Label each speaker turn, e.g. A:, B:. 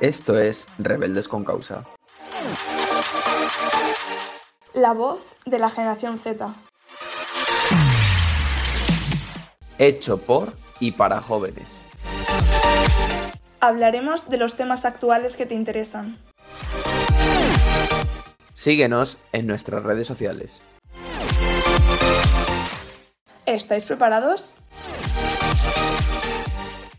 A: Esto es Rebeldes con Causa.
B: La voz de la generación Z.
A: Hecho por y para jóvenes.
B: Hablaremos de los temas actuales que te interesan.
A: Síguenos en nuestras redes sociales.
B: ¿Estáis preparados?